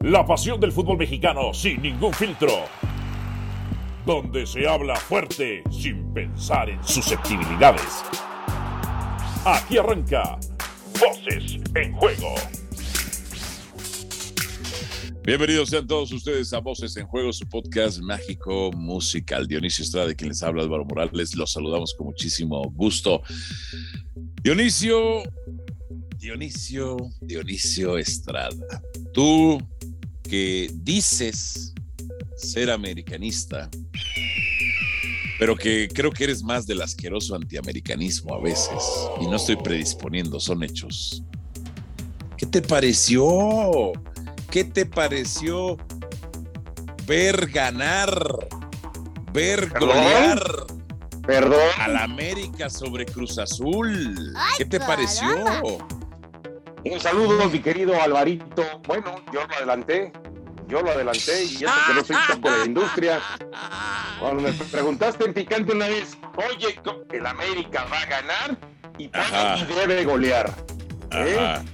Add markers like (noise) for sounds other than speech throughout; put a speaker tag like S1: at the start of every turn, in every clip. S1: La pasión del fútbol mexicano sin ningún filtro. Donde se habla fuerte sin pensar en susceptibilidades. Aquí arranca Voces en Juego.
S2: Bienvenidos sean todos ustedes a Voces en Juego, su podcast mágico musical. Dionisio Estrada, de quien les habla Álvaro Morales, los saludamos con muchísimo gusto. Dionisio, Dionisio, Dionisio Estrada, tú que dices ser americanista, pero que creo que eres más del asqueroso antiamericanismo a veces, y no estoy predisponiendo, son hechos. ¿Qué te pareció? ¿Qué te pareció ver ganar, ver
S3: ¿Perdón?
S2: golear
S3: Perdón.
S2: al América sobre Cruz Azul? ¿Qué te
S4: caramba!
S2: pareció?
S3: Un saludo, mi querido Alvarito. Bueno, yo lo adelanté. Yo lo adelanté y eso que no soy poco de la industria.
S2: Ah,
S3: Cuando me preguntaste en picante una vez, oye, ¿cómo el América va a ganar y
S2: Ajá.
S3: y debe golear. ¿Eh?
S2: Ajá.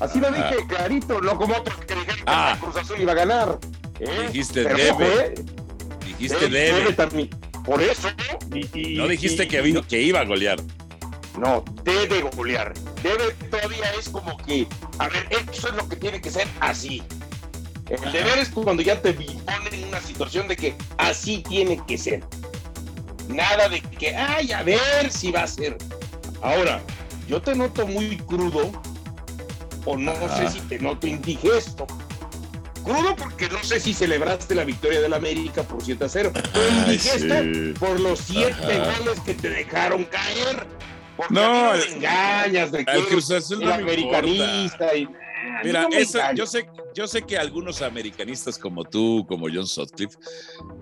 S3: Así lo
S2: Ajá.
S3: dije clarito, no como otros que dijeron que
S2: Ah.
S3: el Cruz Azul iba a ganar. ¿Eh?
S2: Dijiste
S3: Pero
S2: debe,
S3: ojo, ¿eh?
S2: Dijiste
S3: Debe, debe
S2: debe.
S3: también. Por eso. ¿eh? y- y-
S2: No dijiste
S3: y-
S2: que, vi- que iba a golear.
S3: No, debe golear. Debe todavía es como que, a ver, eso es lo que tiene que ser así. El deber es cuando ya te ponen en una situación de que así tiene que ser. Nada de que, ay, a ver si va a ser. Ahora, yo te noto muy crudo, o no
S2: Ajá.
S3: sé si te noto indigesto. Crudo porque no sé si celebraste la victoria del América por 7 a 0. O
S2: Ay,
S3: indigesto
S2: sí.
S3: por los siete
S2: Ajá.
S3: goles que te dejaron caer. Porque
S2: No,
S3: no, no
S2: al-
S3: te engañas de que
S2: Al
S3: eres
S2: Cruz Azul
S3: el
S2: no me importa.
S3: americanista. Y,
S2: Mira,
S3: no me
S2: esa-
S3: engañes.
S2: yo, sé, yo sé que algunos americanistas como tú, como John Sutcliffe,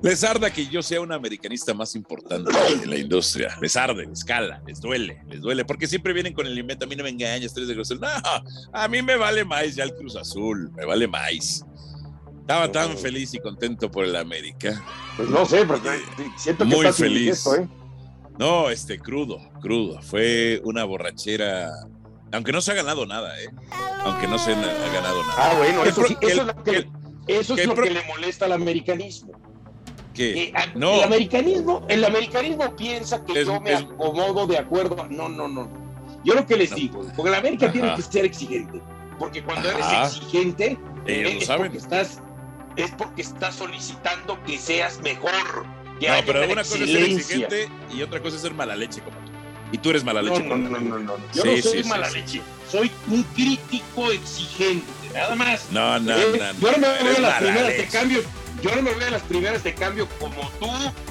S2: les arda que yo sea un americanista más importante de la industria. Les arde, les cala, les duele, les duele. Porque siempre vienen con el invento, a mí no me engañas, tú eres de Cruz Azul. No, a mí me vale más ya el Cruz Azul, me vale más. Estaba tan feliz y contento por el América.
S3: Pues no sé, porque siento que
S2: Muy
S3: estás
S2: feliz.
S3: indigesto, ¿eh?
S2: No, este, crudo, crudo. Fue una borrachera, aunque no se ha ganado nada, ¿eh? Aunque no se ha ganado nada.
S3: Ah, bueno,
S2: Que
S3: eso
S2: pro-
S3: sí,
S2: que
S3: eso
S2: el-
S3: es lo que,
S2: que el-
S3: eso es
S2: que el
S3: lo
S2: pro-
S3: que le molesta al americanismo.
S2: ¿Qué?
S3: Que, ah,
S2: Eh, No.
S3: El americanismo, el americanismo piensa que
S2: Es-
S3: yo me
S2: es-
S3: acomodo de acuerdo. a- No, no, no. Yo lo que les
S2: No.
S3: digo, porque el América tiene
S2: Ajá.
S3: que ser exigente. Porque cuando
S2: Ajá.
S3: eres exigente,
S2: Ellos lo
S3: es
S2: saben.
S3: Porque estás, es porque estás solicitando que seas mejor. que
S2: No,
S3: haya
S2: pero
S3: una
S2: una cosa es ser
S3: exigencia.
S2: exigente y otra cosa es ser mala leche como tú. Y tú eres mala
S3: No,
S2: leche.
S3: no,
S2: como
S3: no,
S2: tú.
S3: no, no, no. Yo
S2: Sí,
S3: no soy
S2: sí,
S3: mala
S2: sí,
S3: leche. Soy un crítico exigente, nada más.
S2: No, no,
S3: Eh,
S2: no, no,
S3: yo no me voy
S2: eres
S3: a las
S2: mala
S3: primeras de
S2: leche.
S3: cambio. Yo no me voy a las primeras de cambio como tú,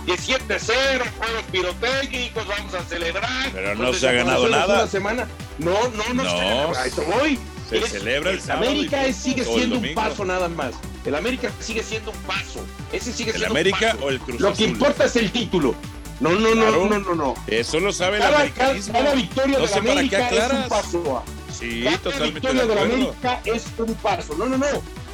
S3: que 7-0, juegos pirotécnicos, vamos a celebrar.
S2: Pero no
S3: Nos
S2: se ha ganado
S3: desaparecemos
S2: nada.
S3: Una semana. No, no, no,
S2: No,
S3: se- a eso voy.
S2: Se
S3: Es-
S2: celebra el
S3: el
S2: sábado
S3: América
S2: y-
S3: es- sigue
S2: o el
S3: siendo un
S2: domingo.
S3: paso nada más. El América sigue siendo un paso. Ese sigue
S2: ¿El
S3: siendo
S2: América
S3: un paso.
S2: o el Cruz
S3: Lo que
S2: Azul?
S3: importa es el título. No, no, no,
S2: Claro.
S3: no, no, no.
S2: Eso lo sabe el
S3: Cada, cada-
S2: americanismo.
S3: cada victoria
S2: No
S3: de la
S2: sé para qué
S3: América es
S2: aclaras.
S3: un paso.
S2: Sí,
S3: cada
S2: totalmente de
S3: victoria de la
S2: acuerdo.
S3: América es un paso. No, no, no.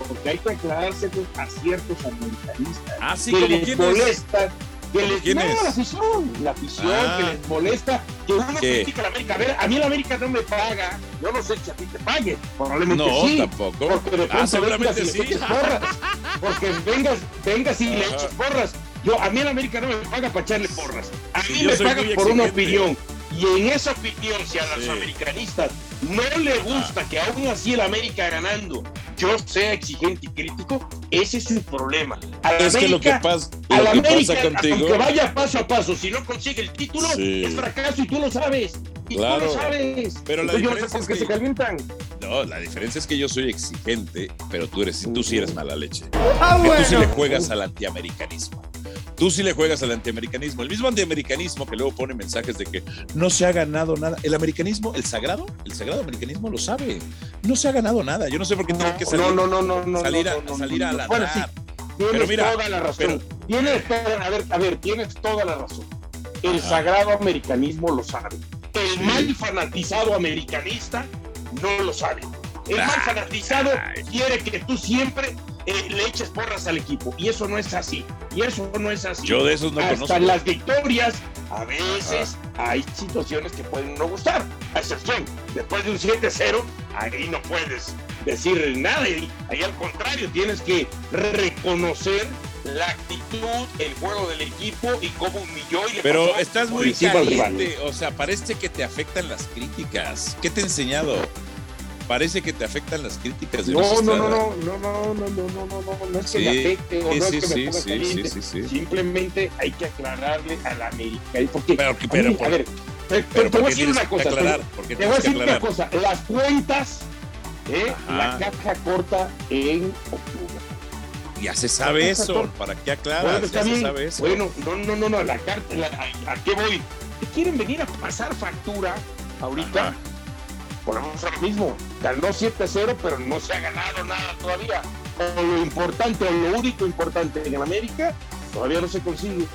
S3: Porque hay que aclararse pues, a ciertos americanistas
S2: Así
S3: que
S2: como
S3: les
S2: quién es.
S3: molesta. Que
S2: ¿Como
S3: les
S2: quién
S3: no,
S2: es?
S3: la afición, la afición
S2: Ah.
S3: que les molesta, que uno
S2: ¿Qué?
S3: critica a la América. A ver, a mí la América no me paga. Yo no sé si a ti te pague. Probablemente
S2: No,
S3: sí.
S2: tampoco.
S3: Porque de
S2: Ah,
S3: pronto
S2: seguramente
S3: vengas y
S2: sí.
S3: le
S2: Ah.
S3: eches porras. Porque vengas, vengas y le
S2: Ajá.
S3: eches porras. Yo, a mí el América no me paga para echarle porras. A
S2: Sí,
S3: mí
S2: yo
S3: me
S2: soy
S3: pagan
S2: muy
S3: por una
S2: exigente.
S3: opinión. Y en esa opinión, si a los
S2: Sí. Ah.
S3: americanistas no le gusta que aún así el América ganando, yo sea exigente y crítico, ese es su problema. A la
S2: Es que lo que
S3: América,
S2: pasa,
S3: a la
S2: lo que
S3: América,
S2: pasa contigo.
S3: aunque vaya paso a paso, si no consigue el título,
S2: Sí.
S3: es fracaso y tú lo sabes. Y tú
S2: Claro.
S3: lo sabes.
S2: Pero la
S3: Entonces, yo no sé
S2: diferencia
S3: por
S2: es
S3: qué
S2: que-
S3: se calientan.
S2: No, la diferencia es que yo soy exigente, pero tú eres, tú sí eres mala leche.
S4: Ah,
S2: Que tú sí le
S4: bueno.
S2: juegas al antiamericanismo. Tú sí le juegas al antiamericanismo. El mismo antiamericanismo que luego pone mensajes de que no se ha ganado nada. El americanismo, el sagrado, el sagrado americanismo lo sabe. No se ha ganado nada. Yo no sé por qué tiene que salir,
S3: No, no, no, no, no.
S2: salir a,
S3: no, no, no,
S2: salir a
S3: no.
S2: ladrar.
S3: Bueno, sí, tienes
S2: Pero mira,
S3: toda la razón. Tienes toda, a ver, a ver, tienes toda la razón. El
S2: Ajá.
S3: sagrado americanismo lo sabe. El mal fanatizado americanista no lo sabe. El mal
S2: Ay,
S3: fanatizado
S2: ay.
S3: quiere que tú siempre eh, le eches porras al equipo. Y eso no es así. Y eso no es así.
S2: Yo de esos no
S3: Hasta
S2: conozco. Ah.
S3: las victorias, a veces hay situaciones que pueden no gustar. a excepción, después de un 7-0, ahí no puedes decir nada, ahí al contrario, tienes que reconocer la actitud, el juego del equipo y cómo humilló y le
S2: Pero
S3: pasó
S2: estás
S3: por
S2: muy
S3: encima al rival.
S2: caliente, o sea, parece que te afectan las críticas. ¿Qué te he enseñado? Parece que te afectan las críticas. de Luis
S4: No, no, no,
S2: Estrada.
S4: no, no, no, no, no, no, no, no, no es que
S2: Sí,
S4: me afecte o
S2: sí,
S4: no
S2: sí,
S4: es que
S2: sí,
S4: me ponga
S2: sí,
S4: caliente.
S2: sí, sí, sí.
S4: Simplemente hay que aclararle a la América. ¿Y por qué?
S2: Pero,
S4: A
S2: pero,
S4: mí,
S2: por-
S4: a ver, te-
S2: pero
S4: te voy
S2: ¿por
S4: a
S2: qué
S4: decir
S2: tienes
S4: una
S2: que
S4: cosa. te-
S2: aclarar? ¿Por qué
S4: Te voy a
S2: tienes que
S4: decir una
S2: aclarar?
S4: cosa, las cuentas, ¿eh?
S2: Ajá.
S4: la caja corta en octubre.
S2: Ya se sabe eso. ¿Para qué
S3: pues
S4: Bueno,
S2: aclaras?
S4: está
S2: Ah, Ya se
S4: bien.
S2: sabe eso.
S4: Bueno, no, no, no, no, la carta,
S3: La- ¿A, a qué voy? Te quieren venir a pasar factura ahorita.
S2: Ajá.
S3: Volvemos a lo mismo. Ganó 7-0, pero no se ha ganado nada todavía. O lo importante, o lo único importante en América, todavía no se consigue.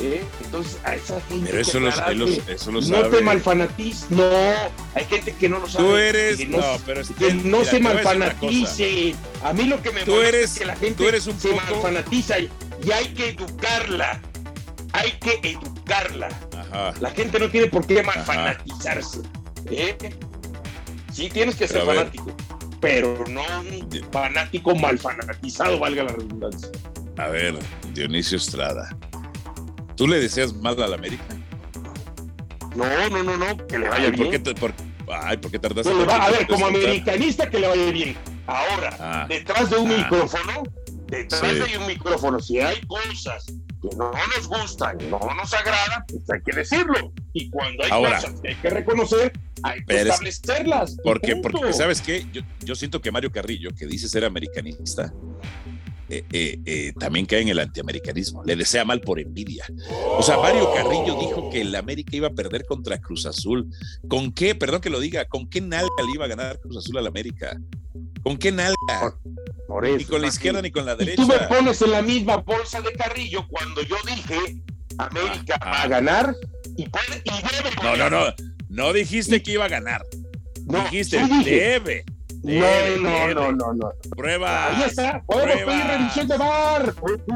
S3: ¿Eh? Entonces, a esa gente.
S2: Pero
S3: que
S2: eso lo,
S3: aclararle,
S2: él lo- eso lo
S3: no te
S2: sabe.
S3: malfanatices, no. Hay gente que no lo sabe.
S2: Tú eres.
S3: que
S2: No,
S3: no,
S2: pero es
S3: que
S2: mira,
S3: no se
S2: te voy a decir una cosa.
S3: malfanatice. A mí lo que me
S2: Tú
S3: molesta
S2: eres-
S3: es que la gente
S2: tú eres un
S3: se
S2: poco-
S3: malfanatiza y, y hay que educarla. Hay que educarla.
S2: Ajá.
S3: La gente no tiene por qué
S2: Ajá.
S3: fanatizarse. ¿eh? Sí, tienes que
S2: Pero
S3: ser
S2: a ver.
S3: fanático, pero no un fanático mal fanatizado, valga la redundancia.
S2: A ver, Dionisio Estrada. ¿Tú le deseas mal al América?
S3: No, no, no, no, que le vaya
S2: Ay, ¿por qué,
S3: bien.
S2: te- por- ay, ¿por qué tardaste
S3: Que le va- a
S2: tanto en
S3: ver, como
S2: contestar?
S3: americanista, que le vaya bien. Ahora,
S2: Ah,
S3: detrás de un
S2: Ah.
S3: micrófono, detrás
S2: Sí.
S3: de un micrófono, si hay cosas que no nos gustan, no nos agradan, pues hay que decirlo. Y cuando hay
S2: Ahora.
S3: cosas que hay que reconocer, hay que
S2: Pero es-
S3: establecerlas. y
S2: porque,
S3: punto.
S2: porque, ¿sabes qué? Yo, yo siento que Mario Carrillo, que dice ser americanista, eh, eh, eh, también cae en el antiamericanismo. Le desea mal por envidia. O sea, Mario Carrillo dijo que el América iba a perder contra Cruz Azul. ¿Con qué? Perdón que lo diga. ¿Con qué nalga le iba a ganar Cruz Azul al América? ¿Con qué nalga?
S3: Por
S2: Ni
S3: eso,
S2: con la
S3: Maxi.
S2: izquierda ni con la
S3: Y tú me
S2: derecha.
S3: pones en la misma bolsa de carrillo cuando yo dije América
S2: Ah, ah.
S3: va a ganar y puede y debe
S2: No,
S3: ganar.
S2: no, no. No dijiste que iba a ganar.
S3: No,
S2: dijiste,
S3: sí dije.
S2: debe. debe,
S3: No,
S2: debe.
S3: no, no, no, no.
S2: Prueba.
S3: Ahí está. Podemos
S2: prueba.
S3: pedir revisión de bar.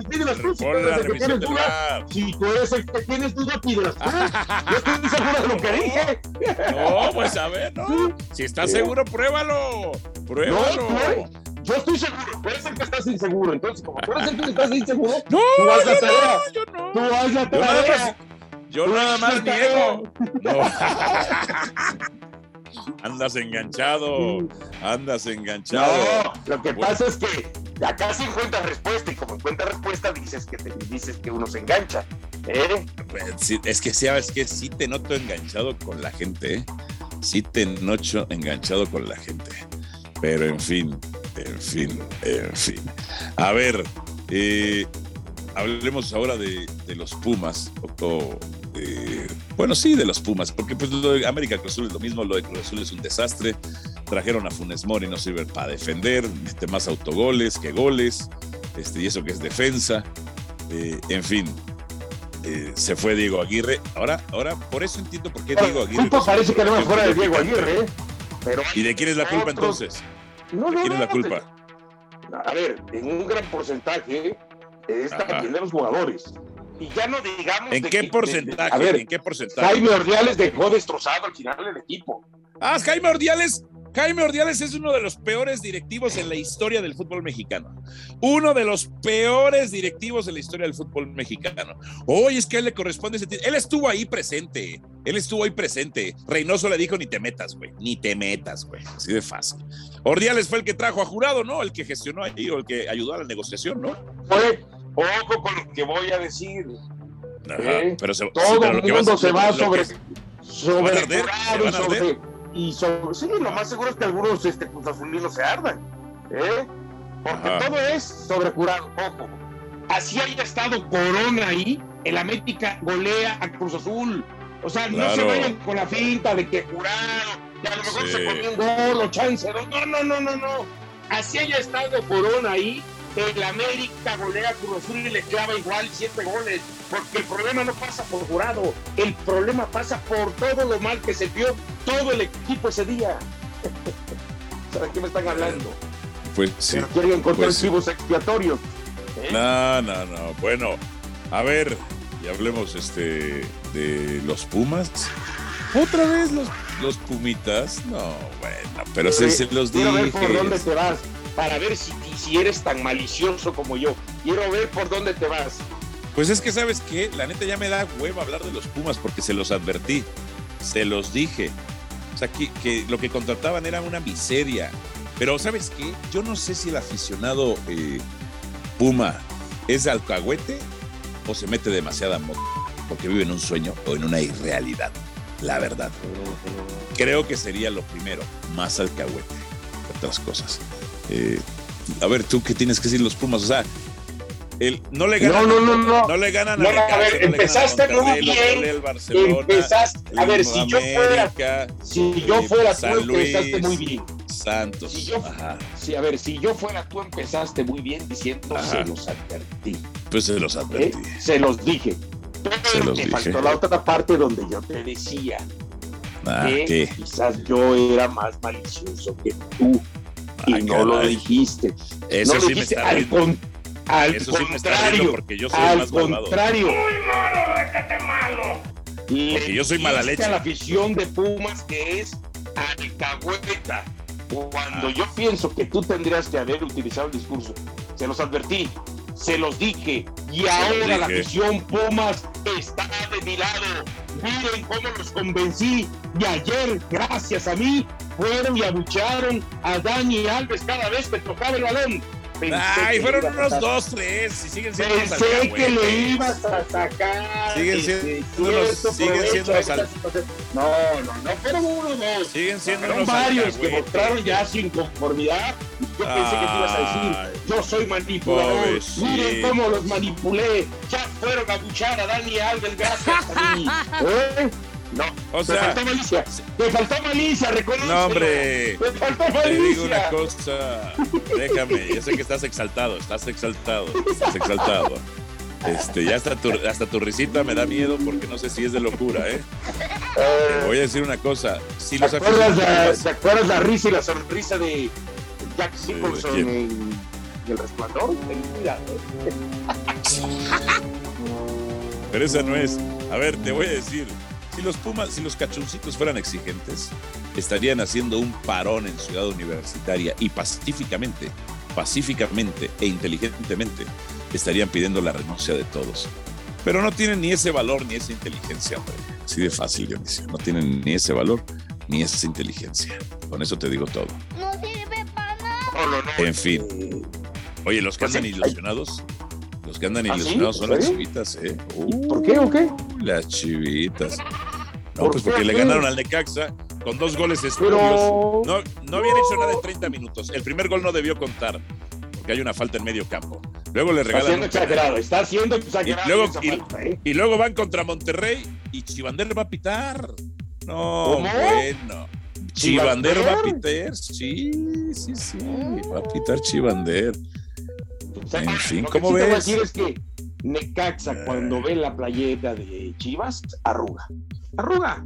S3: Pídelas tú si tú
S2: Pon la
S3: eres el que
S2: revisión
S3: tienes
S2: del
S3: duda. (laughs)
S2: VAR.
S3: Si tú eres el que tienes duda, pídelas tú.
S2: Ah,
S3: Yo estoy seguro de lo que dije.
S2: (laughs) No, pues a ver, no. Si estás seguro, pruébalo. Pruébalo.
S3: No, Yo estoy seguro. Tú eres el que estás inseguro. Entonces, como tú eres el que estás inseguro,
S2: No,
S3: tú haz la
S2: yo
S3: tarea.
S2: no, yo no.
S3: Tú haz la
S2: Yo nada
S3: tarea.
S2: más, yo nada más niego. No.
S3: (laughs)
S2: Andas enganchado. Andas enganchado.
S3: No, Eh, lo que
S2: Bueno.
S3: pasa es que acá sí encuentras respuesta y como encuentras respuesta dices que te dices que uno se engancha. ¿eh?
S2: Pues, sí, es que sabes que sí te noto enganchado con la gente. ¿eh? Sí te noto enganchado con la gente. Pero en fin, en fin, en fin. A ver, eh, hablemos ahora de, de los Pumas. o- o, eh, bueno, sí, de los Pumas, porque pues lo de América Cruz Azul es lo mismo, lo de Cruz Azul es un desastre. Trajeron a Funes Mori, no sirve para defender, mete más autogoles que goles, este, y eso que es defensa. Eh, en fin, eh, se fue Diego Aguirre. Ahora, ahora, por eso entiendo por qué Diego Aguirre.
S3: culpa parece que no me
S2: es
S3: fuera de Diego Aguirre, ¿eh? pero
S2: ¿Y de quién es la culpa
S3: Otros-
S2: entonces?
S3: no,
S2: ¿De
S3: no,
S2: quién es
S3: no,
S2: la culpa?
S3: A ver, en un gran porcentaje es
S2: Ajá.
S3: también de los jugadores. Y ya no digamos
S2: ¿En
S3: de
S2: qué
S3: que-
S2: porcentaje?
S3: a ver,
S2: ¿En qué porcentaje?
S3: Jaime Ordiales dejó destrozado al final el equipo.
S2: Ah, Jaime Ordiales. Jaime Ordiales es uno de los peores directivos en la historia del fútbol mexicano. Uno de los peores directivos en la historia del fútbol mexicano. Hoy es que a él le corresponde ese título. Él estuvo ahí presente. Él estuvo ahí presente. Reynoso le dijo: ni te metas, güey. Ni te metas, güey. Así de fácil. Ordiales fue el que trajo a jurado, ¿no? El que gestionó ahí o el que ayudó a la negociación, ¿no?
S3: Fue ojo con lo que voy a decir.
S2: Ajá,
S3: Sí.
S2: pero se, sí,
S3: Todo
S2: pero lo
S3: el
S2: que vas-
S3: mundo se va
S2: lo que-
S3: sobre sobre
S2: van a arder, se
S3: curado
S2: van
S3: y
S2: a arder.
S3: sobre y sobre sí, lo más seguro es que algunos este cruzazulinos se ardan, ¿eh? Porque
S2: Ajá.
S3: todo es sobre curado, ojo. Así haya estado Corona ahí, el América golea a Cruz Azul. O sea, no se
S2: Claro.
S3: vayan con la finta de que curado, que a lo mejor
S2: Sí.
S3: se comió un gol o chance. No, no, no, no, no, no. Así haya estado Corona ahí, el América golea a Cruz Azul y le clava igual siete goles. Porque el problema no pasa por jurado, el problema pasa por todo lo mal que se vio todo el equipo ese día. (laughs) O sea, ¿De qué me están hablando?
S2: Pues sí.
S3: Pero quieren encontrar
S2: pues sí.
S3: chivos expiatorios. ¿eh?
S2: No, no, no. Bueno, a ver, y hablemos este de los Pumas. Otra vez los, los Pumitas. No, bueno, pero se, se los Pues dije.
S3: Quiero ver por dónde te vas para ver si, si eres tan malicioso como yo. Quiero ver por dónde te vas.
S2: Pues es que, ¿sabes qué? La neta ya me da hueva hablar de los Pumas porque se los advertí, se los dije. O sea, que, que lo que contrataban era una miseria. Pero, ¿sabes qué? Yo no sé si el aficionado eh, Puma es alcahuete o se mete demasiada moto porque vive en un sueño o en una irrealidad. La verdad. Creo que sería lo primero, más alcahuete que otras cosas. Eh, a ver, tú qué tienes que decir los Pumas, o sea, el- no le ganan,
S3: No, no, no, no.
S2: le ganan
S3: No,
S2: al Necaxa,
S3: a ver,
S2: le ganan
S3: empezaste
S2: al Monterrey,
S3: muy
S2: lo
S3: bien,
S2: goleó el Barcelona,
S3: empezaste- a
S2: le
S3: ver,
S2: ganó
S3: si yo fuera-
S2: América,
S3: Si yo
S2: eh,
S3: fuera tú,
S2: San
S3: empezaste
S2: Luis,
S3: muy bien.
S2: Santos,
S3: Si yo-
S2: ajá,
S3: Sí, a ver, si yo fuera tú, empezaste muy bien diciendo
S2: Ajá.
S3: se los advertí.
S2: pues se los
S3: ¿eh?
S2: advertí.
S3: Se los dije.
S2: Se
S3: Pero
S2: los
S3: te
S2: dije.
S3: faltó la otra parte donde yo te decía
S2: Ah,
S3: que
S2: ¿qué?
S3: quizás yo era más malicioso que tú y
S2: Ah,
S3: no lo
S2: caray.
S3: dijiste.
S2: Eso
S3: no lo
S2: sí me
S3: dijiste,
S2: está
S3: al,
S2: riendo.
S3: con- al
S2: Eso sí me está riendo
S3: contrario.
S2: porque yo soy el
S3: al
S2: más malvado.
S3: contrario.
S2: Porque yo soy
S3: Le
S2: mala
S3: dijiste
S2: leche.
S3: a la afición de Pumas que es alcahueta. Cuando
S2: Ah.
S3: yo pienso que tú tendrías que haber utilizado el discurso, se los advertí, se los dije, y ahora la
S2: dije.
S3: afición Pumas está de mi lado. Miren cómo los convencí. Y ayer, gracias a mí, fueron y abucharon a Dani Alves cada vez que tocaba el balón. Pensé
S2: Ay,
S3: que
S2: fueron
S3: le ibas
S2: unos
S3: a-
S2: dos, tres, y siguen siendo unos
S3: Pensé que le
S2: alcahuetes.
S3: ibas a sacar. este,
S2: Siguen
S3: y
S2: siendo-
S3: de
S2: unos-
S3: cierto
S2: siguen
S3: provecho
S2: siendo
S3: a
S2: los al-
S3: esta situación. No, no, no fueron uno o dos.
S2: Siguen siendo
S3: Fueron
S2: unos
S3: varios que
S2: alcahuetes.
S3: mostraron ya su inconformidad. y Yo pensé que te ibas a
S2: Ay.
S3: decir, yo soy manipulador.
S2: Pobrecito.
S3: Miren cómo los manipulé. Ya fueron a buchar a Dani Alves gracias a
S2: (laughs)
S3: mí. ¿Eh? No,
S2: O
S3: me
S2: sea,
S3: faltó malicia. Me faltó malicia, recuerda.
S2: No, hombre.
S3: Me faltó
S2: Te
S3: malicia.
S2: digo una cosa, déjame, yo sé que estás exaltado, estás exaltado, estás exaltado. Este, ya hasta tu, hasta tu risita me da miedo porque no sé si es de locura, ¿eh?
S3: Eh,
S2: Te voy a decir una cosa, si
S3: ¿Te
S2: los
S3: acuerdas, la,
S2: aficionados-
S3: ¿Te acuerdas la risa y la sonrisa de Jack
S2: Sí, ¿de
S3: Nicholson
S2: quién?
S3: en El Resplandor? ¿eh? Ten cuidado.
S2: pero esa no es. A ver, te voy a decir, si los Pumas, si los cachoncitos fueran exigentes, estarían haciendo un parón en Ciudad Universitaria y pacíficamente, pacíficamente e inteligentemente estarían pidiendo la renuncia de todos. Pero no tienen ni ese valor ni esa inteligencia, hombre. Así de fácil, Dionisio. No tienen ni ese valor ni esa inteligencia. Con eso te digo todo.
S5: No sirve para nada.
S3: No, no, no.
S2: En fin.
S3: Eh,
S2: Oye, los que
S3: Pues
S2: andan
S3: sí.
S2: ilusionados, los que andan
S3: ¿Ah, sí?
S2: ilusionados son las
S3: ¿Sí?
S2: chivitas, ¿eh?
S3: ¿Y por qué o qué?
S2: Las chivitas. No,
S3: ¿Por
S2: pues
S3: qué,
S2: porque le
S3: qué?
S2: ganaron al Necaxa con dos goles espurios.
S3: Pero-
S2: No, no habían hecho nada en 30 minutos. El primer gol no debió contar, porque hay una falta en medio campo. Luego le
S3: Está
S2: regalan.
S3: siendo
S2: un penal.
S3: exagerado, está siendo exagerado.
S2: Y luego-
S3: esa
S2: y-
S3: falta, ¿eh?
S2: Y luego van contra Monterrey y Chivander va a pitar. No,
S3: ¿Cómo?
S2: bueno. Chivander va a pitar, sí, sí, sí. Va a pitar
S3: Oh.
S2: Chivander.
S3: O sea,
S2: en fin,
S3: lo que
S2: ¿cómo
S3: sí te voy a
S2: ves? Eh.
S3: decir es que Necaxa, cuando ve la playera de Chivas, arruga. Arruga.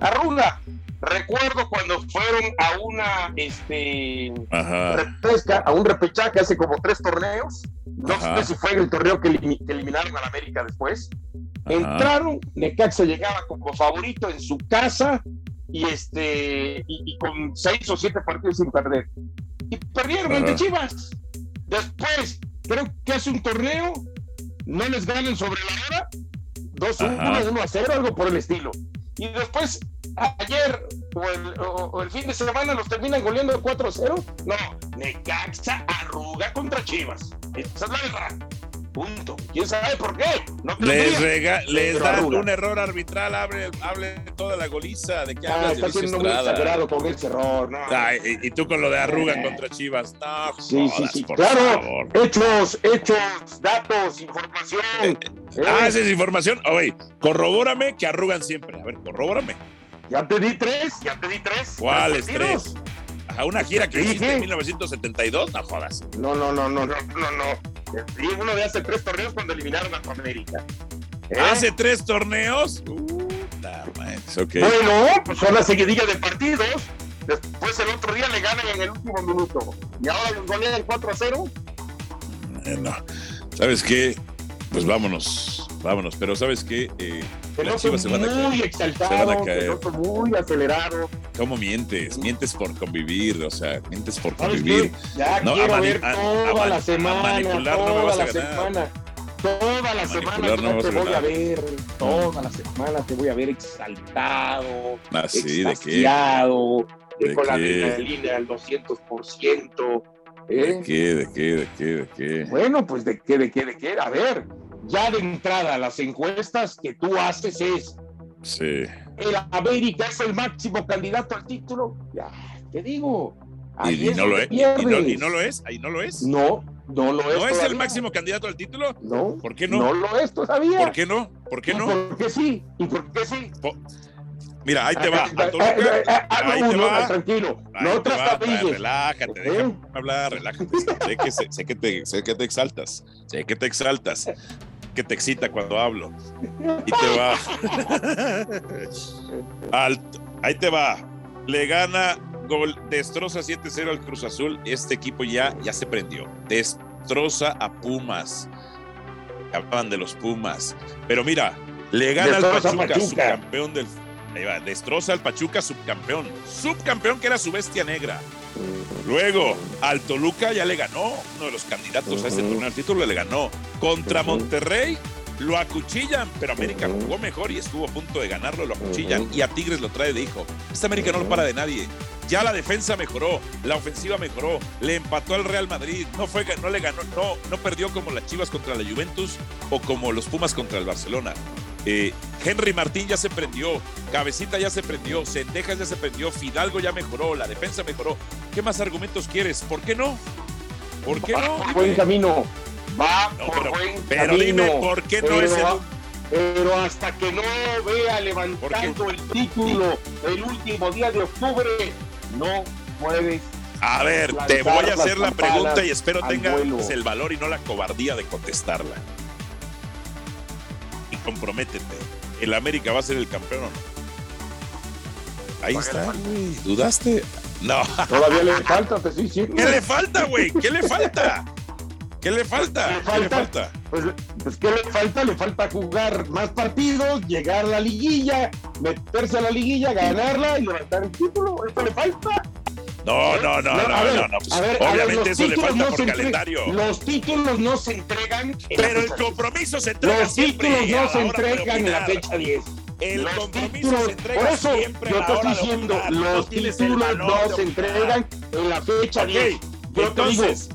S3: Arruga. Recuerdo cuando fueron a una, este,
S2: Ajá.
S3: repesca, a un repechaje hace como tres torneos. No
S2: Ajá.
S3: sé si fue en el torneo que, elimi- que eliminaron al América después.
S2: Ajá.
S3: Entraron, Necaxa llegaba como favorito en su casa y este y, y con seis o siete partidos sin perder. Y perdieron
S2: Ajá.
S3: ante Chivas. Después, creo que hace un torneo, no les ganan sobre la hora, 2-1,
S2: Ajá.
S3: 1 0, algo por el estilo. Y después, a- ayer o el, o- o el fin de semana los terminan goleando 4-0. No, Necaxa arruga contra Chivas. Esa es la verdad. Punto. ¿Quién sabe por qué? No te lo
S2: Les,
S3: digo.
S2: rega- les
S3: Pero
S2: dan
S3: arruga.
S2: un error arbitral, hable, hable toda la goliza. ¿De qué
S3: Ah,
S2: hablas,
S3: está
S2: Dionisio
S3: siendo muy
S2: Estrada?
S3: exagerado con ese error. No.
S2: Ay, Ah, y, y tú con lo de arruga contra Chivas. No,
S3: Sí, sí,
S2: jodas,
S3: sí.
S2: por
S3: Claro,
S2: favor.
S3: hechos, hechos, datos, información.
S2: Eh,
S3: Eh,
S2: Ah, esa es información. Oye, corrobórame que arrugan siempre. A ver, corrobórame.
S3: Ya te di tres, ya te di tres.
S2: ¿Cuáles
S3: partidos.
S2: A una gira que
S3: Sí,
S2: hiciste
S3: sí.
S2: en 1972, no jodas.
S3: No, no, no, no, no, no, no. Te di uno de hace tres torneos cuando eliminaron a América. ¿Eh?
S2: Hace tres torneos. Puta madre. Ok.
S3: Bueno, pues son la seguidilla de partidos. Después el otro día le ganan en el último minuto. Y ahora los golean 4 a 0.
S2: Bueno, Eh, ¿sabes qué? Pues vámonos, vámonos. Pero ¿sabes qué? Eh,
S3: El
S2: las
S3: otro
S2: Chivas se van a
S3: muy
S2: caer.
S3: exaltado,
S2: Se van a caer.
S3: el otro muy acelerado.
S2: ¿Cómo mientes? Mientes por convivir, o sea, mientes por
S3: ¿Sabes
S2: convivir.
S3: qué? Ya
S2: No,
S3: quiero
S2: a mani-
S3: ver
S2: a- a
S3: toda
S2: mani-
S3: la
S2: a
S3: semana,
S2: manipular no me
S3: toda
S2: vas a
S3: la
S2: ganar.
S3: semana. Toda la
S2: A
S3: semana
S2: manipular
S3: te,
S2: no me vas a
S3: voy
S2: ganar.
S3: a ver, toda la semana te voy a ver exaltado,
S2: Así, Ah, ¿de qué?
S3: extasiado, eh,
S2: ¿De
S3: con la
S2: qué?
S3: adrenalina al 200%. ¿eh?
S2: ¿De qué? ¿De qué? ¿De qué? ¿De qué?
S3: Bueno, pues de qué, de qué, de qué. A ver, ya de entrada, las encuestas que tú haces es,
S2: Sí.
S3: ¿el América es el máximo candidato al título? Ya, te digo.
S2: Y,
S3: ahí
S2: y
S3: es
S2: no lo
S3: donde
S2: es. Y, y no, y
S3: pierdes.
S2: no lo es. Ahí no lo es. No,
S3: No, no lo es.
S2: es el
S3: todavía.
S2: máximo candidato al título.
S3: No,
S2: ¿Por qué
S3: no,
S2: no?
S3: lo es todavía.
S2: ¿Por qué no? ¿Por qué
S3: ¿Y
S2: no?
S3: ¿Por qué sí? ¿Y por qué sí?
S2: Mira, ahí te va.
S3: Ah,
S2: A
S3: ah, ah,
S2: Toluca.
S3: ah,
S2: Ahí
S3: no,
S2: te
S3: no,
S2: va.
S3: Tranquilo,
S2: Ahí
S3: no
S2: te
S3: otras
S2: va, tra-
S3: tapadillas.
S2: Relájate,
S3: ¿Ok?
S2: déjame hablar, relájate. Sé que, sé, sé que te, sé que te exaltas, sé que te exaltas, que te excita cuando hablo. Y te
S3: (laughs)
S2: va. Al- ahí te va. Le gana gol, destroza 7-0 al Cruz Azul. Este equipo ya, ya se prendió. Destroza a Pumas. Hablaban de los Pumas. Pero mira, le gana al
S3: Destroza a
S2: Pachuca,
S3: Pachuca.
S2: subcampeón del. Ahí va, destroza al Pachuca, subcampeón. Subcampeón que era su bestia negra.
S3: ¿Eh?
S2: Luego, al Toluca ya le ganó, uno de los candidatos a este
S3: Ujú.
S2: torneo al título le ganó. Contra
S3: Ujú.
S2: Monterrey lo acuchillan, pero América
S3: Ujú.
S2: jugó mejor y estuvo a punto de ganarlo, lo acuchillan
S3: Ujú.
S2: y a Tigres lo trae de hijo. Esta América no lo
S3: Ujú.
S2: para de nadie. Ya la defensa mejoró, la ofensiva mejoró, le empató al Real Madrid, no fue no le ganó, no no perdió como las Chivas contra la Juventus o como los Pumas contra el Barcelona. Eh, Henry Martín ya se prendió, Cabecita ya se prendió, Sendejas ya se prendió, Fidalgo ya mejoró, la defensa mejoró. ¿Qué más argumentos quieres? ¿Por qué no? ¿Por qué no?
S3: Por (laughs) buen camino. Va
S2: No,
S3: por
S2: pero-
S3: buen
S2: Pero
S3: camino.
S2: dime, ¿por qué no
S3: pero,
S2: es el
S3: pero hasta que no vea levantando el título el último día de octubre, no
S2: (laughs)
S3: puedes.
S2: A ver,
S3: Lanzar
S2: te voy a
S3: las
S2: hacer la
S3: campanas
S2: pregunta y espero
S3: al
S2: tengas
S3: vuelo.
S2: el valor y no la cobardía de contestarla. Y comprométete. ¿El América va a ser el campeón o no? Ahí está, güey. ¿Dudaste? No. (laughs)
S3: Todavía le falta, pues, te estoy diciendo.
S2: ¿Qué le falta, güey? ¿Qué le falta? ¿Qué le falta?
S3: Le
S2: ¿Qué le
S3: falta-
S2: falta?
S3: Pues, pues, ¿qué le falta? Le falta jugar más partidos, llegar a la liguilla, meterse a la liguilla, ganarla y levantar el título. Eso le falta.
S2: No, no, no, no,
S3: No, a ver,
S2: no, no, pues,
S3: a ver, a ver,
S2: obviamente
S3: los
S2: eso le
S3: títulos
S2: falta
S3: no se
S2: por
S3: entre-
S2: calendario.
S3: Los títulos no se entregan. en
S2: Pero
S3: la
S2: el
S3: fecha
S2: compromiso se entrega
S3: Los
S2: siempre.
S3: títulos
S2: a
S3: no
S2: la
S3: se
S2: hora de
S3: entregan en la
S2: opinar.
S3: fecha 10.
S2: El
S3: Los
S2: compromiso
S3: títulos-
S2: se entrega
S3: por eso
S2: siempre a
S3: yo
S2: la
S3: te
S2: hora
S3: estoy
S2: de
S3: diciendo,
S2: opinar. No
S3: los
S2: tienes el
S3: títulos
S2: valor
S3: no
S2: de
S3: se
S2: opinar.
S3: entregan en la fecha
S2: Ok,
S3: 10. Yo te digo,
S2: Entonces,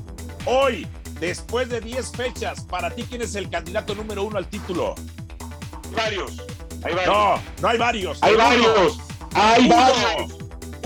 S2: hoy, después de 10 fechas, para ti, ¿quién es el candidato número uno al título?
S3: varios. Hay varios.
S2: No, no hay varios.
S3: hay
S2: Uno,
S3: varios. Hay
S2: uno,
S3: varios.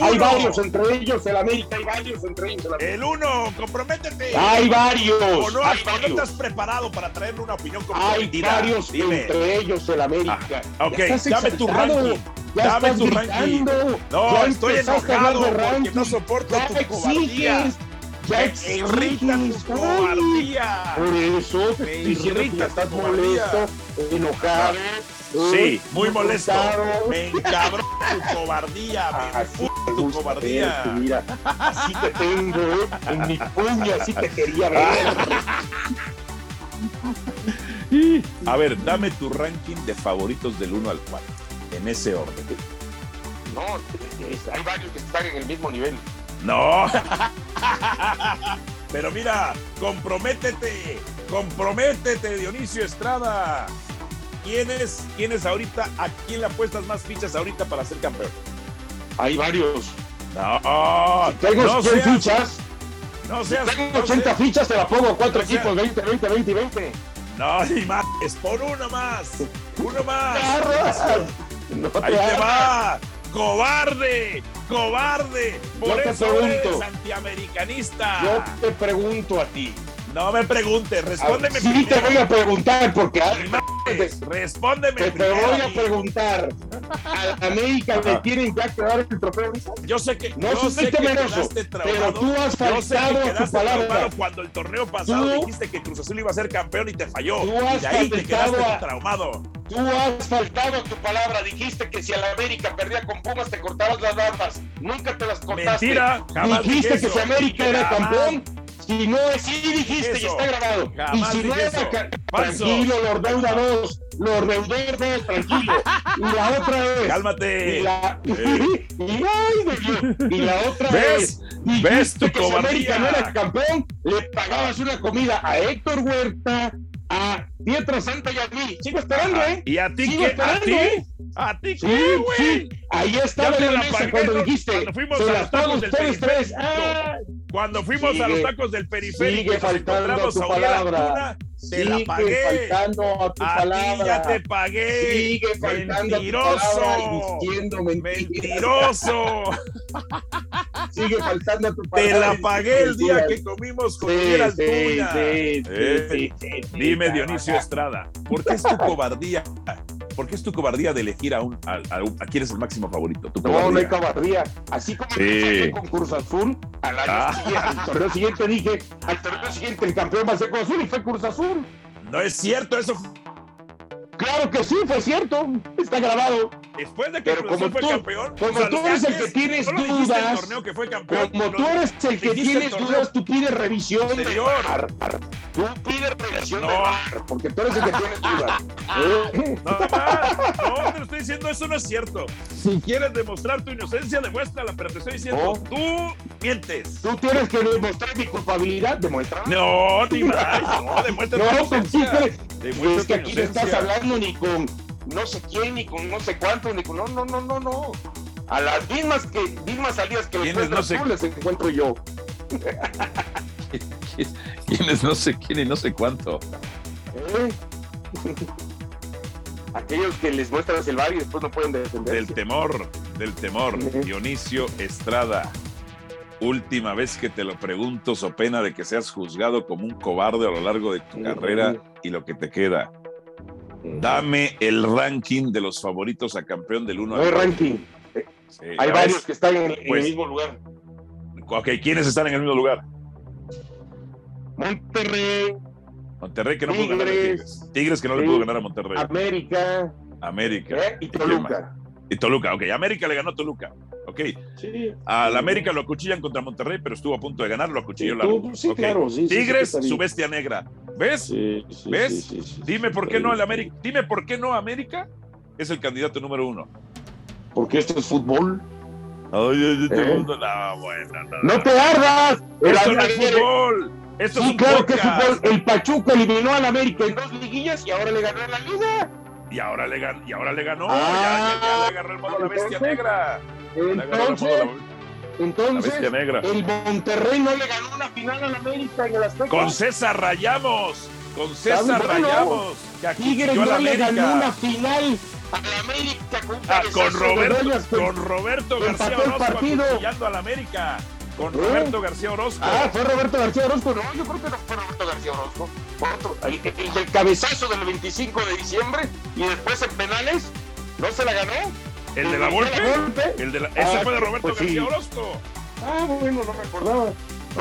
S3: Hay
S2: uno.
S3: varios entre ellos el América. Hay varios entre ellos el América.
S2: El uno, comprométete.
S3: Hay
S2: Eh, o
S3: varios.
S2: no,
S3: hay
S2: o no
S3: varios.
S2: estás preparado para traerle una opinión
S3: Hay
S2: comprometida.
S3: varios
S2: Dime. Ah,
S3: entre ellos el América.
S2: Ok,
S3: Ya estás
S2: dame tu
S3: exaltado,
S2: ranking.
S3: Ya
S2: Dame
S3: estás
S2: tu ranking.
S3: gritando.
S2: No,
S3: ya
S2: estoy
S3: empezaste a hablar
S2: enojado
S3: de
S2: porque
S3: ranking.
S2: no soporto
S3: ya
S2: tu cobardía.
S3: exiges, ya
S2: Me irrita
S3: exiges,
S2: tu
S3: ay,
S2: cobardía.
S3: Por eso te
S2: Me
S3: estoy diciendo que
S2: irrita
S3: ya estás
S2: tu cobardía.
S3: molesto, enojado.
S2: Sí, muy
S3: irritado.
S2: molesto. Me encabró tu cobardía, me
S3: Así
S2: enfu-
S3: te
S2: tu
S3: gusta
S2: cobardía.
S3: verte, mira, así te tengo, ¿eh? en mi puño, así te quería ver.
S2: A ver, dame tu ranking de favoritos del 1 al 4, en ese orden.
S3: No, es- hay varios que están en el mismo nivel.
S2: No. (laughs) Pero mira, comprométete, comprométete, Dionisio Estrada. ¿Quién es, quién es ahorita? ¿A quién le apuestas más fichas ahorita para ser campeón?
S3: Hay varios.
S2: No, oh,
S3: Tengo
S2: no
S3: 100
S2: seas,
S3: fichas,
S2: no seas,
S3: tengo
S2: no
S3: 80
S2: seas-
S3: fichas, te la pongo a cuatro
S2: no seas-
S3: equipos, 20, 20, 20 y 20.
S2: no, ni más, es por uno más, uno más.
S3: ¡Arras! No
S2: Ahí te
S3: arras.
S2: va. Cobarde, cobarde. Por
S3: Yo te
S2: eso
S3: pregunto.
S2: eres antiamericanista.
S3: Yo te pregunto a ti.
S2: No me preguntes, respóndeme
S3: Sí te voy a preguntar, porque a-
S2: Ni madres, Respóndeme
S3: te, te
S2: primero
S3: voy
S2: a
S3: a
S2: mí.
S3: preguntar. A América le
S2: Ajá.
S3: tienen ya que dar el trofeo. ¿sí?
S2: Yo sé que
S3: No
S2: yo
S3: es
S2: sé
S3: un
S2: que
S3: temeroso,
S2: quedaste
S3: pero
S2: traumado.
S3: tú has
S2: Yo sé que
S3: faltado a tu
S2: quedaste
S3: palabra.
S2: traumado cuando el torneo pasado
S3: Tú-
S2: dijiste que Cruz Azul iba a ser campeón y te falló.
S3: Tú
S2: Y
S3: has
S2: de ahí te
S3: faltado
S2: quedaste
S3: a-
S2: traumado.
S3: Tú has faltado a tu palabra. Dijiste que si a la América perdía con Pumas te cortabas las barbas. Nunca te las cortaste.
S2: Mentira, jamás
S3: dijiste
S2: dije
S3: que si
S2: eso.
S3: América era
S2: Jamás.
S3: campeón, si no es, sí dijiste
S2: Eso.
S3: y está grabado.
S2: Jamás
S3: y si no
S2: dije
S3: era
S2: eso.
S3: ca-
S2: Falso.
S3: tranquilo, Lord Deuda 2, lo reduermes tranquilo. Y la otra es.
S2: Cálmate.
S3: Y la, (laughs) y,
S2: Eh.
S3: ay, de Dios, y la otra
S2: ¿Ves?
S3: es.
S2: ¿Ves tu
S3: dijiste que si
S2: cobardía?
S3: América no era campeón, le pagabas una comida a Héctor Huerta, a Pietra Santa y a mí. Sigo esperando, ¿eh?
S2: Ah, ¿Y a ti
S3: Sigo
S2: qué? ¿A
S3: esperando,
S2: ti?
S3: ¿eh?
S2: ¿A ti
S3: Sí,
S2: qué, güey?
S3: sí. Ahí estaba
S2: Ya te
S3: en la
S2: la
S3: mesa
S2: pagué,
S3: cuando
S2: ¿no?
S3: dijiste.
S2: Cuando fuimos
S3: se
S2: a
S3: las
S2: los tacos
S3: pago
S2: del
S3: ustedes tres. Ah,
S2: Cuando fuimos a los
S3: Sigue-
S2: tacos del periférico,
S3: sigue
S2: nos
S3: faltando a
S2: encontramos
S3: tu
S2: a Uriel
S3: palabra.
S2: Antuna, te la
S3: Sigue
S2: pagué.
S3: faltando a tu
S2: A ti ya
S3: palabra.
S2: te pagué.
S3: Sigue faltando a tu palabra
S2: Mentiroso.
S3: y diciendo mentiras. (laughs)
S2: Mentiroso.
S3: Sigue faltando a tu
S2: Te
S3: palabra.
S2: la
S3: y
S2: pagué el día
S3: mentiras.
S2: que comimos con
S3: Sí,
S2: Uriel
S3: sí,
S2: Antuna.
S3: sí, sí,
S2: Eh,
S3: sí, sí, sí,
S2: Dime,
S3: sí,
S2: Dionisio Estrada, ¿por qué es tu cobardía? ¿Por qué es tu cobardía de elegir a, un, a, a un- a quién es el máximo favorito? Tu
S3: No, no hay
S2: cobardía.
S3: cobardía. Así como
S2: Sí.
S3: pasó con Cruz Azul, al año
S2: Ah.
S3: (laughs) siguiente, al torneo siguiente dije, al torneo siguiente el campeón va a ser Cruz Azul y fue Cruz Azul.
S2: No es cierto eso.
S3: Claro que sí, fue cierto, está grabado.
S2: Después de que
S3: Pero
S2: Cruz Azul
S3: como
S2: fue
S3: tú-
S2: campeón,
S3: como
S2: o sea,
S3: tú
S2: los
S3: eres el
S2: Yankees,
S3: que tienes
S2: no lo dijiste el
S3: dudas,
S2: torneo que fue campeón.
S3: Como
S2: no
S3: tú
S2: lo-
S3: eres el que
S2: dijiste
S3: tienes
S2: torneo.
S3: dudas, tú pides revisión de
S2: Señor.
S3: VAR. Tú pides revisión
S2: No.
S3: de VAR, porque tú eres el que
S2: (laughs)
S3: tienes dudas. ¿Eh?
S2: No, más. no, te lo estoy diciendo, eso no es cierto. Si quieres demostrar tu inocencia, demuéstrala, pero te estoy diciendo,
S3: Oh.
S2: tú mientes.
S3: Tú tienes que demostrar mi culpabilidad, demuestra.
S2: No,
S3: (laughs)
S2: ni más, no, demuestra tu
S3: No, con
S2: inocencia.
S3: cifras.
S2: Demuestra
S3: Pues Es que
S2: tu
S3: aquí no estás
S2: inocencia.
S3: hablando ni con no sé quién, ni con no sé cuánto, ni con. No, no, no, no, no. A las mismas, que, mismas salidas que
S6: ¿Quiénes
S3: los
S6: no sé-
S3: tú les encuentro yo.
S6: Quienes no sé quién y no sé cuánto.
S3: ¿eh? (laughs) Aquellos que les muestras el bar y después no pueden defenderse.
S2: Del temor, del temor. Dionisio Estrada. Última vez que te lo pregunto, so pena de que seas juzgado como un cobarde a lo largo de tu carrera y lo que te queda. Dame el ranking de los favoritos a campeón del 1
S3: No hay
S2: al
S3: ranking.
S2: Sí,
S3: Hay
S2: ya
S3: varios
S2: ves.
S3: que están en, en
S2: Pues-
S3: el mismo lugar.
S2: Ok, ¿quiénes están en el mismo lugar?
S3: Monterrey,
S2: Monterrey que no pudo ganar a
S3: Tigres.
S2: Tigres. Tigres que no le
S3: Sí.
S2: pudo ganar a Monterrey.
S3: América
S2: América.
S3: ¿eh? y
S2: ¿Y quién más?
S3: Toluca.
S2: Y Toluca, ok. América le ganó a Toluca. Ok.
S3: Sí.
S2: Al América lo acuchillan contra Monterrey, pero estuvo a punto de ganar, lo acuchilló
S3: Sí,
S2: la
S3: tú- pues, sí,
S2: Ok.
S3: claro, sí, sí, sí,
S2: Tigres,
S3: está bien.
S2: su bestia negra. ¿Ves?
S3: Sí, sí,
S2: ¿Ves?
S3: sí, sí, sí,
S2: Dime
S3: sí,
S2: por
S3: está
S2: qué no
S3: bien.
S2: el América. Dime por qué no América es el candidato número uno.
S3: Porque esto es fútbol.
S2: Oye,
S3: te gusta.
S2: este No, bueno, no.
S3: ¿Eh? ¡No te ardas!
S2: Esto no es fútbol. Esto es
S3: Sí,
S2: un
S3: claro que es
S2: podcast.
S3: fútbol. El Pachuca eliminó al América en dos liguillas y ahora le ganó en la liga.
S2: Y ahora le ganó. Y ahora le ganó.
S3: Ah,
S2: ya, ya, ya le agarró el modo a la bestia
S3: entonces,
S2: negra. Le agarró el modo a la,
S3: Entonces,
S2: la bestia
S3: entonces
S2: negra.
S3: el Monterrey no le ganó una final al América en el Azteca.
S2: Con César Rayamos. Con César
S3: Bueno.
S2: Rayamos. Que
S3: Tigres
S2: acuchilló a
S3: no
S2: la
S3: le ganó una
S2: América.
S3: final al América con, un
S2: Ah, con
S3: cabezazo de Rojas
S2: Roberto,
S3: que-
S2: con Roberto
S3: pues, empató
S2: García
S3: el
S2: Orozco
S3: partido.
S2: acuchillando al América. Con
S3: ¿Eh?
S2: Roberto García Orozco.
S3: Ah, fue Roberto García Orozco. No, yo creo que no fue Roberto García Orozco. Fue Otro. El, el del cabezazo del 25 de diciembre y después en penales no se la ganó.
S2: el de la
S3: La
S2: Volpe.
S3: Volpe.
S2: El de la- ese
S3: Ah,
S2: fue de Roberto
S3: pues sí.
S2: García Orozco.
S3: Ah, bueno, no me acordaba.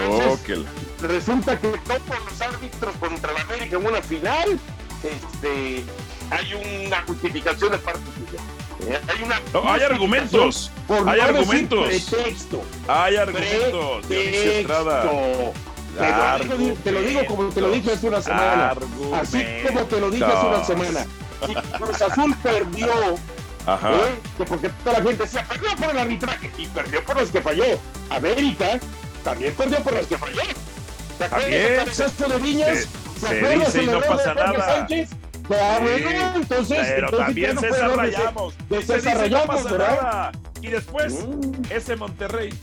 S3: Entonces, resulta que topo los árbitros contra la América en una final. Este, hay una justificación de parte suya. Eh, Hay una.
S2: No, hay argumentos.
S3: Por
S2: hay
S3: no decir
S2: argumentos.
S3: Pretexto.
S2: Hay argumentos. Dionisio Estrada.
S3: Pretexto. Te lo, digo, te lo digo como te lo dije hace una semana. Así como te lo dije hace una
S2: Argumentos.
S3: semana. Si Cruz Azul perdió,
S2: Ajá.
S3: ¿eh? que porque toda la gente decía, perdió por el arbitraje y perdió por los que falló. América también perdió por los que falló. ¿Te acuerdas
S2: También.
S3: del cabezazo de Viñas?
S2: Se-
S3: ¿Te
S2: se
S3: acuerdas
S2: dice y
S3: el
S2: no
S3: error
S2: pasa
S3: de Jorge
S2: nada.
S3: Sánchez? Ah, bueno, entonces,
S6: Este,
S2: Pero
S3: entonces ya
S2: también
S3: no fue
S2: César
S3: error de-
S2: Rayamos.
S3: de
S2: Se
S3: César
S2: dice, no
S3: Rayamos,
S2: pasa
S3: ¿verdad?
S2: nada. Y después,
S3: Mm.
S2: ese Monterrey.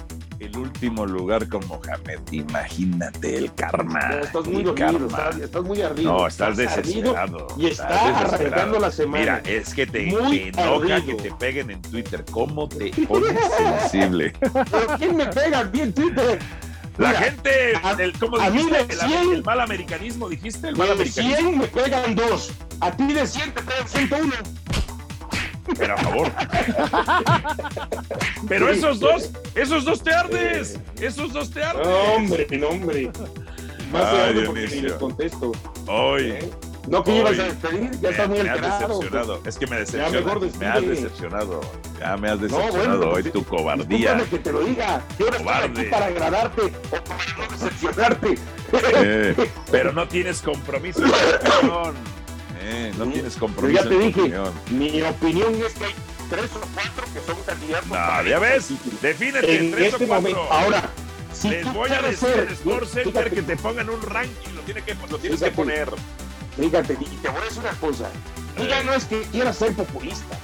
S6: El último lugar con Mohamed. Imagínate el
S2: Ah,
S6: karma.
S3: Estás muy
S6: El
S3: dormido,
S6: karma.
S3: estás, estás muy ardido.
S6: No, estás
S3: ardido
S6: desesperado.
S3: Y
S6: estás
S3: está
S6: desesperado.
S3: arrancando la semana.
S6: Mira, es que te,
S3: Muy
S6: te enoja
S3: ardido.
S6: que te peguen en Twitter. ¿Cómo te
S3: (laughs)
S6: pones sensible?
S3: ¿Pero quién me pega bien Twitter?
S2: La
S3: Mira,
S2: gente,
S3: a-
S2: el, ¿cómo
S3: a mí
S2: dijiste?
S3: de
S2: El,
S3: 100.
S2: el mal americanismo, dijiste. (laughs) El mal
S3: De
S2: americanismo.
S3: 100 me pegan dos. A ti de 100 te pegan 101.
S2: Pero a
S3: (laughs)
S2: favor. Pero esos dos, esos dos te ardes. Esos dos te ardes.
S3: Hombre, no, hombre. Más
S2: Ay,
S3: de hombre porque
S2: Dionisio.
S3: ni les contesto.
S2: Hoy.
S3: ¿eh? No que ibas
S2: Oye,
S3: a despedir, ya
S2: Me,
S3: estás muy
S2: me has
S3: alterado. pues.
S2: decepcionado. Es que me decepciona.
S3: mejor
S2: me has
S3: despide.
S2: decepcionado. Ya me has
S3: bueno,
S2: decepcionado
S3: pues,
S2: hoy tu cobardía.
S3: Discúlpame que te lo diga. Yo no estoy
S2: Cobarde.
S3: aquí para agradarte o para no decepcionarte.
S6: Eh,
S3: (laughs)
S2: Pero no tienes compromiso. con la canción, bien, Eh, no tienes compromiso.
S3: Yo ya te
S2: en tu
S3: dije,
S2: opinión.
S3: Mi opinión es que hay tres o cuatro que son candidatos. este
S1: Nah, ya ves, defínete,
S3: en
S1: tres
S3: este
S1: o cuatro.
S3: momento. Ahora, si
S1: Les
S3: tú
S1: voy a
S3: quieres
S1: decir
S3: ser-
S1: al Score Center
S3: fíjate,
S1: que te pongan un ranking, lo, tiene que, lo tienes que
S3: Fíjate.
S1: poner.
S3: Fíjate, y te voy a decir una cosa. Tú
S2: Eh.
S3: ya no es que quieras ser populista.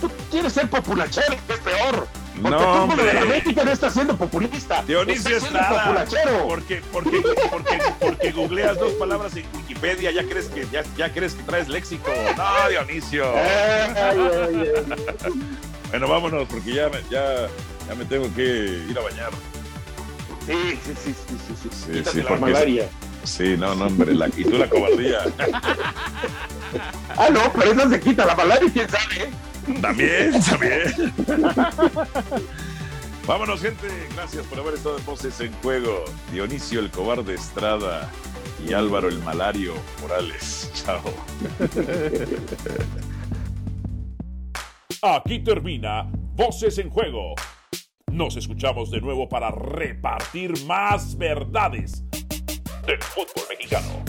S3: Tú quieres ser populachero, que es peor. Porque
S2: No,
S3: tú como
S2: hombre.
S3: de la América no estás siendo populista.
S1: Dionisio
S3: estás siendo
S1: Estrada.
S3: populachero.
S1: Porque, porque, porque, porque googleas dos palabras en Wikipedia, ya crees que, ya, ya crees que traes léxico. No, Dionisio.
S3: Ay, ay, ay.
S2: Bueno, vámonos porque ya, me- ya, ya me tengo que ir a bañar.
S3: Sí, sí, sí, sí, sí, sí.
S2: Sí,
S3: Quítate
S2: sí,
S3: la
S2: porque-
S3: malaria.
S2: Sí, no, no, hombre, la, y tú la cobardía.
S3: Ah, no, pero esa se quita la malaria, quién sabe. eh?
S2: También, también. Vámonos, gente. Gracias por haber estado en Voces en Juego. Dionisio el Cobarde Estrada y Álvaro el Malario Morales. Chao.
S1: Aquí termina Voces en Juego. Nos escuchamos de nuevo para repartir más verdades del fútbol mexicano.